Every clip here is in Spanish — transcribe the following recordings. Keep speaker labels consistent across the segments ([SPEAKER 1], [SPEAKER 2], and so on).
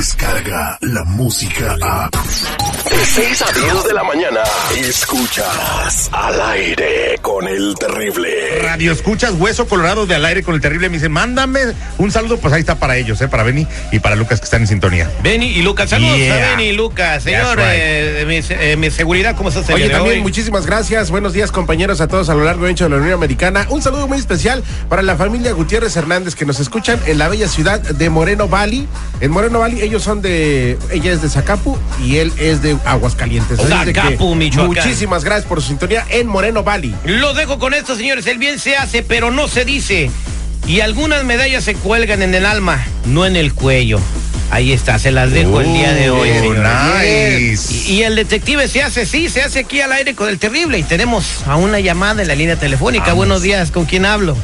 [SPEAKER 1] Escucha la música a.
[SPEAKER 2] De 6 a 10 de la mañana. Escuchas al aire con el terrible.
[SPEAKER 3] Radio Escuchas Hueso Colorado de Al Aire con el Terrible. Me dicen, mándame un saludo. Pues ahí está para ellos, ¿eh? para Benny y para Lucas que están en sintonía.
[SPEAKER 4] Benny y Lucas, saludos
[SPEAKER 3] Yeah.
[SPEAKER 4] a Benny y Lucas.
[SPEAKER 3] That's
[SPEAKER 4] Señor,
[SPEAKER 3] right.
[SPEAKER 4] eh, mi, eh, mi seguridad, ¿cómo estás el
[SPEAKER 5] Oye,
[SPEAKER 4] día de
[SPEAKER 5] también
[SPEAKER 4] hoy?
[SPEAKER 5] muchísimas gracias. Buenos días, compañeros, a todos a lo largo y ancho de la Unión Americana. Un saludo muy especial para la familia Gutiérrez Hernández que nos escuchan en la bella ciudad de Moreno Valley. En Moreno Valley, ellos son de. Ella es de Zacapu y él es de Aguascalientes. Así es de que
[SPEAKER 4] Zacapu, Michoacán.
[SPEAKER 5] Muchísimas gracias por su sintonía en Moreno Valley.
[SPEAKER 4] Los dejo con esto, señores. El bien se hace, pero no se dice. Y algunas medallas se cuelgan en el alma, no en el cuello. Ahí está, se las dejo el día de hoy,
[SPEAKER 3] Oh,
[SPEAKER 4] señores.
[SPEAKER 3] nice.
[SPEAKER 4] Y, y el detective se hace, sí, se hace aquí al aire con el terrible. Y tenemos a una llamada en la línea telefónica. Buenos días, ¿con quién hablo?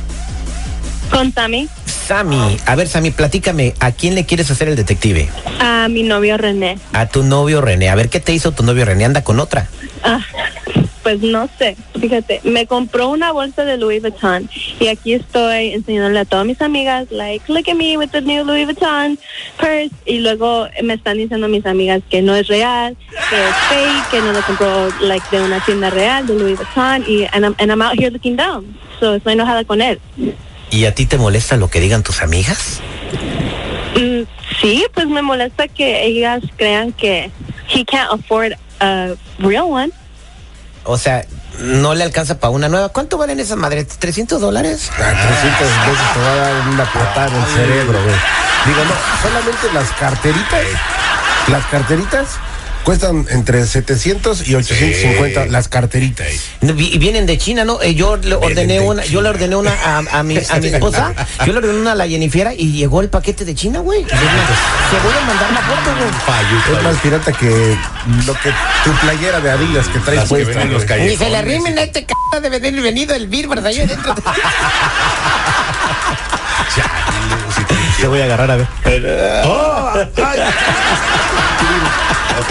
[SPEAKER 6] Con Tami,
[SPEAKER 4] Sammy. A ver, Sammy, platícame, ¿a quién le quieres hacer el detective?
[SPEAKER 6] a mi novio René.
[SPEAKER 4] A tu novio René. A ver, ¿qué te hizo tu novio René? Anda con otra.
[SPEAKER 6] Ah, pues no sé, fíjate, me compró una bolsa de Louis Vuitton y aquí estoy enseñándole a todas mis amigas, like, look at me with the new Louis Vuitton purse. Y luego me están diciendo mis amigas que no es real, que es fake, que no lo compró, like, de una tienda real, de Louis Vuitton. Y and I'm, and I'm out here looking down, so estoy enojada con él.
[SPEAKER 4] ¿Y a ti te molesta lo que digan tus amigas?
[SPEAKER 6] Mm, sí, pues me molesta que ellas crean que he can't afford a real one.
[SPEAKER 4] O sea, no le alcanza para una nueva. ¿Cuánto valen esas madres? ¿300 dólares?
[SPEAKER 5] A 300 veces te va a dar una patada en el cerebro, güey. Digo, no, solamente las carteritas, las carteritas cuestan entre 700 y 850 las carteritas.
[SPEAKER 4] No, vi- Y vienen de China, ¿no? Eh, yo le ordené
[SPEAKER 3] de
[SPEAKER 4] una, yo le ordené una a, a mi, a mi esposa, yo le ordené una a la Jennifiera y llegó el paquete de China, güey. Te voy a mandar la foto, güey.
[SPEAKER 5] Es más pirata que lo que tu playera de Adidas que traes
[SPEAKER 3] Las que
[SPEAKER 5] puesta.
[SPEAKER 3] ven en los
[SPEAKER 5] güey.
[SPEAKER 4] Ni se le
[SPEAKER 3] callejones.
[SPEAKER 4] arrimen a este c de venir venido el vir, ¿verdad? Yo dentro-
[SPEAKER 3] Te voy a agarrar a ver. Oh,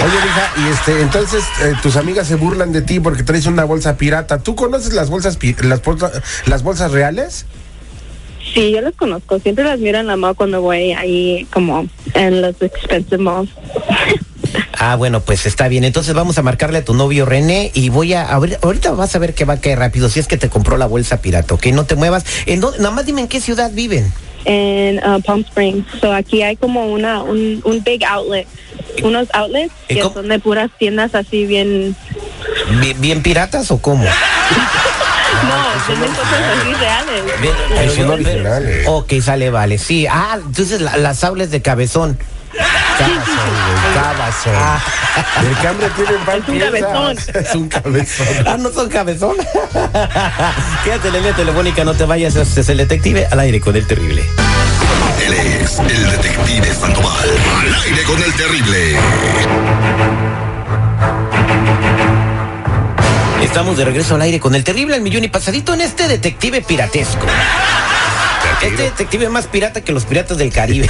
[SPEAKER 5] Oye, hija, y este, entonces eh, tus amigas se burlan de ti porque traes una bolsa pirata. ¿Tú conoces las bolsas pi- las, bolsa- las bolsas reales?
[SPEAKER 6] Sí, yo los conozco. Siempre las miro en la mano cuando voy ahí como en los expensive malls.
[SPEAKER 4] Ah, bueno, pues está bien. Entonces vamos a marcarle a tu novio René y voy a abrir. Ahorita vas a ver que va a caer rápido si es que te compró la bolsa pirata, ¿ok? No te muevas. En dó- nada más dime en qué ciudad viven.
[SPEAKER 6] En uh, Palm Springs. So aquí hay como una un, un big outlet. Unos outlets
[SPEAKER 4] ¿Y
[SPEAKER 6] que
[SPEAKER 4] cómo-
[SPEAKER 6] son de puras tiendas así bien...
[SPEAKER 4] ¿Bien, bien piratas o cómo? Ah,
[SPEAKER 6] no, tienen cosas así reales.
[SPEAKER 4] Bien,
[SPEAKER 5] Ay,
[SPEAKER 4] pero
[SPEAKER 5] son
[SPEAKER 4] yo-
[SPEAKER 5] originales.
[SPEAKER 4] Ok, sale, vale. Sí, ah, entonces la- las aulas de cabezón. Ah,
[SPEAKER 5] Cabazón, güey, cabazón. El cambio tiene pan
[SPEAKER 6] Es un
[SPEAKER 5] piezas.
[SPEAKER 6] cabezón.
[SPEAKER 5] Es un cabezón.
[SPEAKER 4] Ah, no son cabezón. Quédate en la línea telefónica, no te vayas. Este es el detective al aire con el terrible.
[SPEAKER 2] Él es el detective Sandoval. Al aire con el terrible.
[SPEAKER 4] Estamos de regreso al aire con el terrible al millón y pasadito en este detective piratesco. Este detective es más pirata que los piratas del Caribe.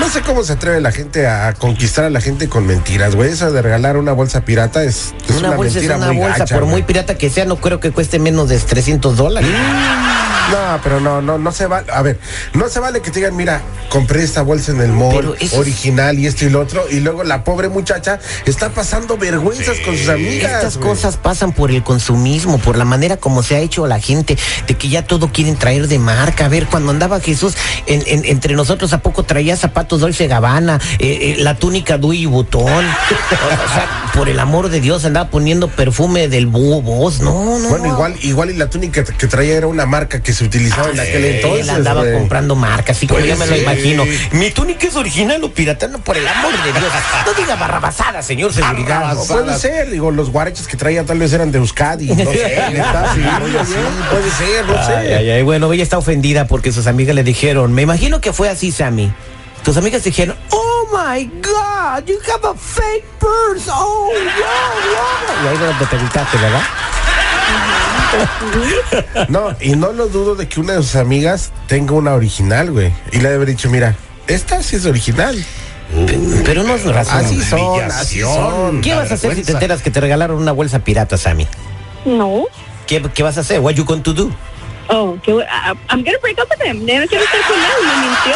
[SPEAKER 5] No sé cómo se atreve la gente a conquistar a la gente con mentiras, güey. Eso de regalar una bolsa pirata es, es una,
[SPEAKER 4] una bolsa es
[SPEAKER 5] mentira
[SPEAKER 4] una
[SPEAKER 5] muy
[SPEAKER 4] bolsa,
[SPEAKER 5] gacha,
[SPEAKER 4] por
[SPEAKER 5] güey.
[SPEAKER 4] muy pirata que sea, no creo que cueste menos de 300 dólares.
[SPEAKER 5] No, pero no, no, no se vale. A ver, no se vale que te digan, mira, compré esta bolsa en el mall
[SPEAKER 4] Pero eso es-
[SPEAKER 5] original y esto y lo otro. Y luego la pobre muchacha está pasando vergüenzas con sus amigas.
[SPEAKER 4] Estas
[SPEAKER 5] güey.
[SPEAKER 4] cosas pasan por el consumismo, por la manera como se ha hecho la gente, de que ya todo quieren traer de marca. A ver, cuando andaba Jesús en- en- entre nosotros, ¿a poco traía zapatos Dolce Gabbana, eh, eh, la túnica Dui Butón? o sea, por el amor de Dios, andaba poniendo perfume del búho Boss. No, no.
[SPEAKER 5] Bueno,
[SPEAKER 4] no.
[SPEAKER 5] igual, igual y la túnica que traía era una marca que se utilizaba en aquel
[SPEAKER 4] Él
[SPEAKER 5] entonces.
[SPEAKER 4] andaba
[SPEAKER 5] güey.
[SPEAKER 4] comprando marcas, así como
[SPEAKER 5] Pues
[SPEAKER 4] ya me lo
[SPEAKER 5] sí.
[SPEAKER 4] imagino. Mi túnica es original o piratano, por el amor de Dios. No diga barrabasada, señor seguridad.
[SPEAKER 5] Ah, No puede ser, digo, los guaraches que traía tal vez eran de Euskadi, no sé, de Estados Unidos, sí, puede ser, no sé.
[SPEAKER 4] Ay, ay, ay, bueno, ella está ofendida porque sus amigas le dijeron, me imagino que fue así, Sammy. Tus amigas dijeron, oh my god, you have a fake purse, oh yeah, yeah. Y ahí donde te gritaste, ¿verdad?
[SPEAKER 5] No, y no lo dudo de que una de sus amigas tenga una original, güey. Y le debe haber dicho, mira, esta sí es original.
[SPEAKER 4] Pero no es razón.
[SPEAKER 5] Así
[SPEAKER 4] hombre.
[SPEAKER 5] son, así son.
[SPEAKER 4] ¿Qué
[SPEAKER 3] la
[SPEAKER 4] vas a hacer si te
[SPEAKER 3] vergüenza.
[SPEAKER 4] enteras que te regalaron una bolsa pirata, Sammy?
[SPEAKER 6] No.
[SPEAKER 4] ¿Qué, qué vas a hacer? What you going to do?
[SPEAKER 6] Oh, que, I- I'm gonna break up with him. Ya No quiero estar con él, me mintió.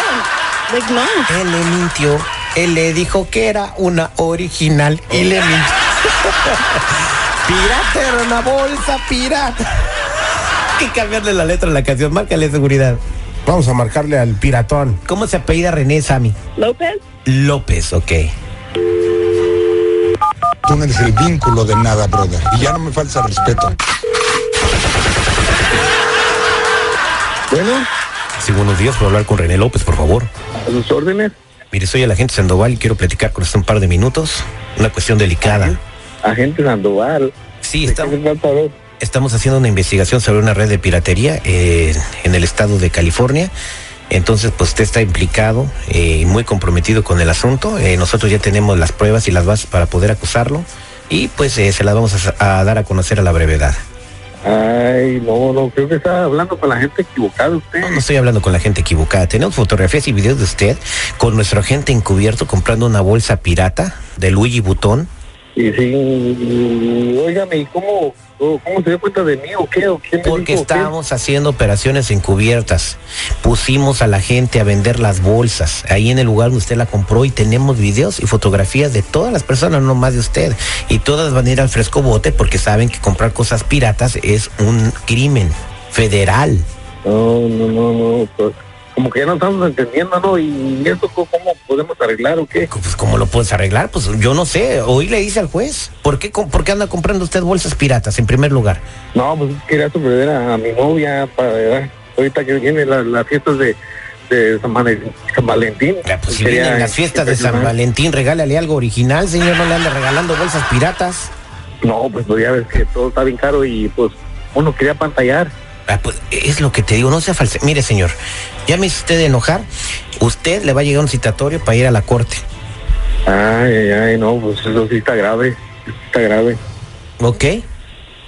[SPEAKER 6] Like, no.
[SPEAKER 4] Él le mintió. Él le dijo que era una original y le mintió. pirata era una bolsa, pirata. Hay que cambiarle la letra a la canción, márcale seguridad.
[SPEAKER 5] Vamos a marcarle al piratón.
[SPEAKER 4] ¿Cómo se apellida René Sami?
[SPEAKER 6] Lopez.
[SPEAKER 4] López, ok.
[SPEAKER 7] Tú no eres el vínculo de nada, brother. Y ya no me falta respeto.
[SPEAKER 8] Bueno,
[SPEAKER 4] Sí, buenos días, ¿puedo hablar con René López, por favor?
[SPEAKER 8] a sus órdenes,
[SPEAKER 4] Mire, soy el agente Sandoval y quiero platicar con usted un par de minutos. Una cuestión delicada.
[SPEAKER 8] agente Sandoval.
[SPEAKER 4] Sí,
[SPEAKER 8] ¿De qué
[SPEAKER 4] estamos...
[SPEAKER 8] se trata? A ver,
[SPEAKER 4] Estamos haciendo una investigación sobre una red de piratería eh, en el estado de California. Entonces, pues usted está implicado eh, y muy comprometido con el asunto. Eh, nosotros ya tenemos las pruebas y las bases para poder acusarlo. Y pues eh, se las vamos a sa- a, dar a conocer a la brevedad.
[SPEAKER 8] Ay, no, no, creo que está hablando con la gente equivocada usted.
[SPEAKER 4] No, no estoy hablando con la gente equivocada. Tenemos fotografías y videos de usted con nuestro agente encubierto comprando una bolsa pirata de Luigi Butón.
[SPEAKER 8] Y sí, óigame, ¿y cómo, cómo cómo se dio cuenta de mí o qué? ¿O quién me
[SPEAKER 4] Porque
[SPEAKER 8] dijo o qué?
[SPEAKER 4] estábamos haciendo operaciones encubiertas. Pusimos a la gente a vender las bolsas ahí en el lugar donde usted la compró y tenemos videos y fotografías de todas las personas, no más de usted. Y todas van a ir al fresco bote porque saben que comprar cosas piratas es un crimen federal.
[SPEAKER 8] No, no, no, no, pues, como que ya no estamos entendiendo, ¿no? ¿Y eso co- cómo podemos arreglar o qué?
[SPEAKER 4] Pues, ¿Cómo lo puedes arreglar? Pues yo no sé. Hoy le dice al juez. ¿Por qué, com- por qué anda comprando usted bolsas piratas en primer lugar?
[SPEAKER 8] No, pues quería sorprender a, a mi novia para ¿verdad? ahorita que vienen la- las fiestas de, de San, Valen- San Valentín.
[SPEAKER 4] Ah, Pues si
[SPEAKER 8] Quería
[SPEAKER 4] vienen las fiestas de San
[SPEAKER 8] impresionar.
[SPEAKER 4] Valentín, regálale algo original, señor. No le anda regalando bolsas piratas.
[SPEAKER 8] No, pues, pues, ya ves que todo está bien caro y pues uno quería pantallar.
[SPEAKER 4] Ah, pues, es lo que te digo, no sea falsa. Mire, señor, ya me hizo usted enojar. Usted le va a llegar un citatorio para ir a la corte.
[SPEAKER 8] Ay, ay, ay, no, pues eso sí está grave, está grave.
[SPEAKER 4] ¿Ok?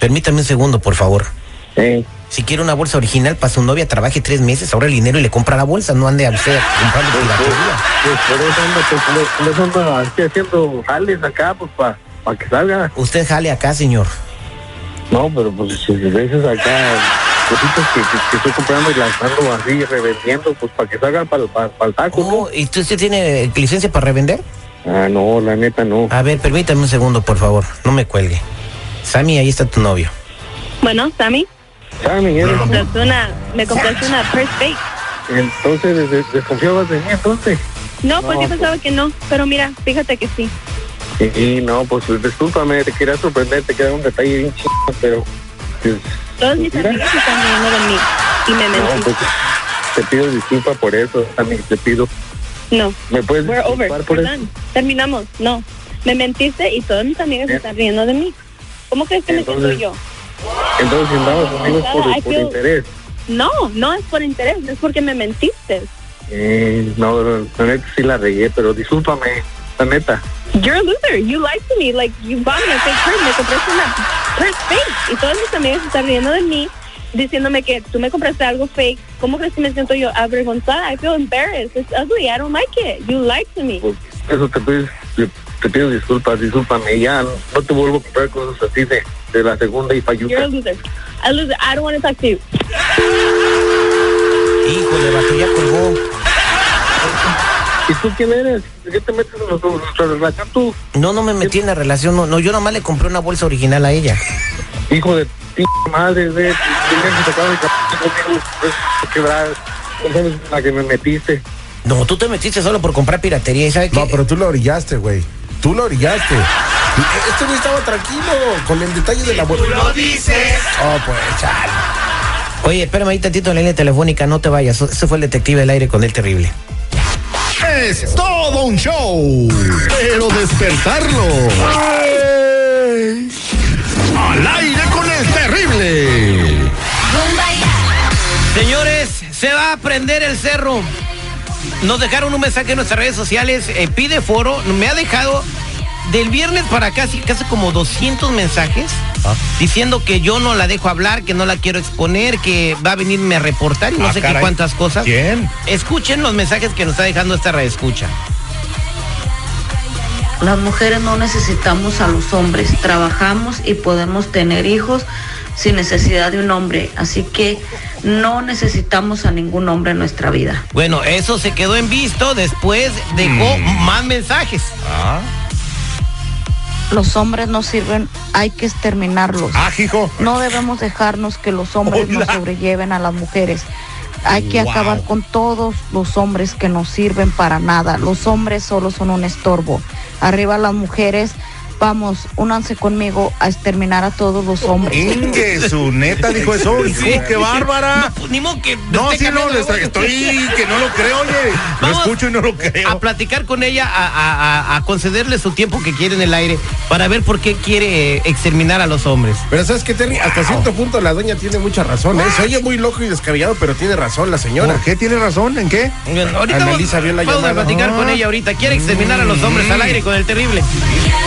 [SPEAKER 4] Permítame un segundo, por favor.
[SPEAKER 8] Eh,
[SPEAKER 4] Si quiere una bolsa original para su novia, trabaje tres meses, ahora el dinero y le compra la bolsa. No ande a usted comprando piratería.
[SPEAKER 8] pues por eso ando, pues, por- por eso ando aquí haciendo jales acá, pues para que salga.
[SPEAKER 4] Usted jale acá, señor.
[SPEAKER 8] No, pero pues si a veces acá cositas que, que- que estoy comprando y las ando así revendiendo, pues para que salga para el taco,
[SPEAKER 4] Oh, ¿Y usted usted tiene licencia para revender?
[SPEAKER 8] ¿no? Ah, no, la neta no.
[SPEAKER 4] A ver, permítame un segundo, por favor. No me cuelgue. Sammy, ahí está tu novio.
[SPEAKER 6] Bueno, Sammy,
[SPEAKER 8] Ah, Miguel,
[SPEAKER 6] me compraste una, me compraste una first bake.
[SPEAKER 8] entonces des- des- desconfiabas de mí entonces.
[SPEAKER 6] No, pues
[SPEAKER 8] No,
[SPEAKER 6] yo pensaba que no, pero mira, fíjate que sí.
[SPEAKER 8] Y, y no, pues discúlpame, te quería sorprender, te queda un detalle bien chido, pero pues,
[SPEAKER 6] Todas mis
[SPEAKER 8] Mira.
[SPEAKER 6] amigas están riendo de mí y me
[SPEAKER 8] no,
[SPEAKER 6] mentí.
[SPEAKER 8] pues, te pido disculpa por eso, también te pido.
[SPEAKER 6] No,
[SPEAKER 8] ¿Me puedes
[SPEAKER 6] we're over,
[SPEAKER 8] disculpar pues, por
[SPEAKER 6] we're
[SPEAKER 8] eso?
[SPEAKER 6] done. Terminamos, no. Me mentiste y todas mis amigas están riendo de mí. ¿Cómo crees que me siento
[SPEAKER 8] Entonces-
[SPEAKER 6] yo?
[SPEAKER 8] Entonces si andamos amigos
[SPEAKER 6] I
[SPEAKER 8] por, por
[SPEAKER 6] feel-
[SPEAKER 8] interés.
[SPEAKER 6] No, no es por interés, es porque me mentiste.
[SPEAKER 8] Eh, no, la neta sí la regué, pero discúlpame, la neta.
[SPEAKER 6] You're a loser. You lied to me. Like, you bought me a fake purse. Me compraste una purse fake. Y todas mis amigas se están riendo de mí, diciéndome que tú me compraste algo fake. ¿Cómo crees que me siento yo avergonzada? I feel embarrassed. It's ugly. I don't like it. You lied to me.
[SPEAKER 8] pues, Por eso te pido, te, te pido disculpas, discúlpame. Ya no, no te vuelvo a comprar cosas así de, de la segunda y
[SPEAKER 6] You're a
[SPEAKER 8] falluca.
[SPEAKER 6] loser. A loser. I don't want to talk to you.
[SPEAKER 4] Híjole, vato, ya colgó.
[SPEAKER 8] ¿Y tú quién eres? ¿De ¿Qué te metes en nuestro- nuestra relación tú?
[SPEAKER 4] No, no me metí en la relación. No, no, yo nomás le compré una bolsa original a ella.
[SPEAKER 8] Hijo de p madre, de tenías que sacar de conmigo, pues, quebrar, no sabes en la que me metiste.
[SPEAKER 4] No, tú te metiste solo por comprar piratería y sabe que
[SPEAKER 5] No, pero tú lo orillaste, güey. Tú lo orillaste. Este güey estaba tranquilo con el detalle de la bolsa. Tú lo dices. Oh, pues, chale.
[SPEAKER 4] Oye, espérame ahí tantito en la línea telefónica, no te vayas. Ese fue el detective del aire con el terrible.
[SPEAKER 2] Es todo un show, pero despertarlo. Al aire con el terrible.
[SPEAKER 4] Señores, se va a prender el cerro. Nos dejaron un mensaje en nuestras redes sociales. eh, pide foro. Me ha dejado del viernes para casi, casi como 200 mensajes diciendo que yo no la dejo hablar, que no la quiero exponer, que va a venirme a reportar y no
[SPEAKER 3] Ah,
[SPEAKER 4] sé qué
[SPEAKER 3] caray.
[SPEAKER 4] cuántas cosas.
[SPEAKER 3] ¿Quién?
[SPEAKER 4] Escuchen los mensajes que nos está dejando esta reescucha.
[SPEAKER 9] Las mujeres no necesitamos a los hombres, trabajamos y podemos tener hijos, sin necesidad de un hombre. Así que no necesitamos a ningún hombre en nuestra vida.
[SPEAKER 4] Bueno, eso se quedó en visto. Después dejó
[SPEAKER 5] Mm.
[SPEAKER 4] más mensajes.
[SPEAKER 3] Ah,
[SPEAKER 9] Los hombres no sirven, hay que exterminarlos.
[SPEAKER 3] ah hijo.
[SPEAKER 9] No debemos dejarnos que los hombres
[SPEAKER 3] Hola.
[SPEAKER 9] nos sobrelleven a las mujeres. Hay que
[SPEAKER 3] Wow.
[SPEAKER 9] acabar con todos los hombres que no sirven para nada. Los hombres solo son un estorbo. Arriba las mujeres. Vamos, únanse conmigo a exterminar a todos los hombres.
[SPEAKER 3] Inge, su neta dijo eso. Hijo, qué bárbara.
[SPEAKER 4] Pues ni modo que
[SPEAKER 3] No, sí,
[SPEAKER 4] esté
[SPEAKER 3] no,
[SPEAKER 4] cambiando
[SPEAKER 3] le
[SPEAKER 4] de
[SPEAKER 3] estoy,
[SPEAKER 4] voz.
[SPEAKER 3] estoy que no lo creo, oye. Lo
[SPEAKER 4] Vamos
[SPEAKER 3] escucho y no lo creo.
[SPEAKER 4] A platicar con ella, a, a- a- a concederle su tiempo que quiere en el aire para ver por qué quiere eh, exterminar a los hombres.
[SPEAKER 5] Pero sabes que Terry, hasta cierto punto la doña tiene mucha razón, ¿eh? Se oye muy loco y descabellado, pero tiene razón la señora.
[SPEAKER 3] ¿Por qué tiene razón? ¿En qué?
[SPEAKER 4] Bueno, ahorita
[SPEAKER 5] Analiza
[SPEAKER 4] vamos,
[SPEAKER 5] bien la
[SPEAKER 4] vamos a
[SPEAKER 5] llamada. Ah. Mm.
[SPEAKER 4] platicar con ella ahorita. Quiere exterminar a los hombres al aire con el terrible.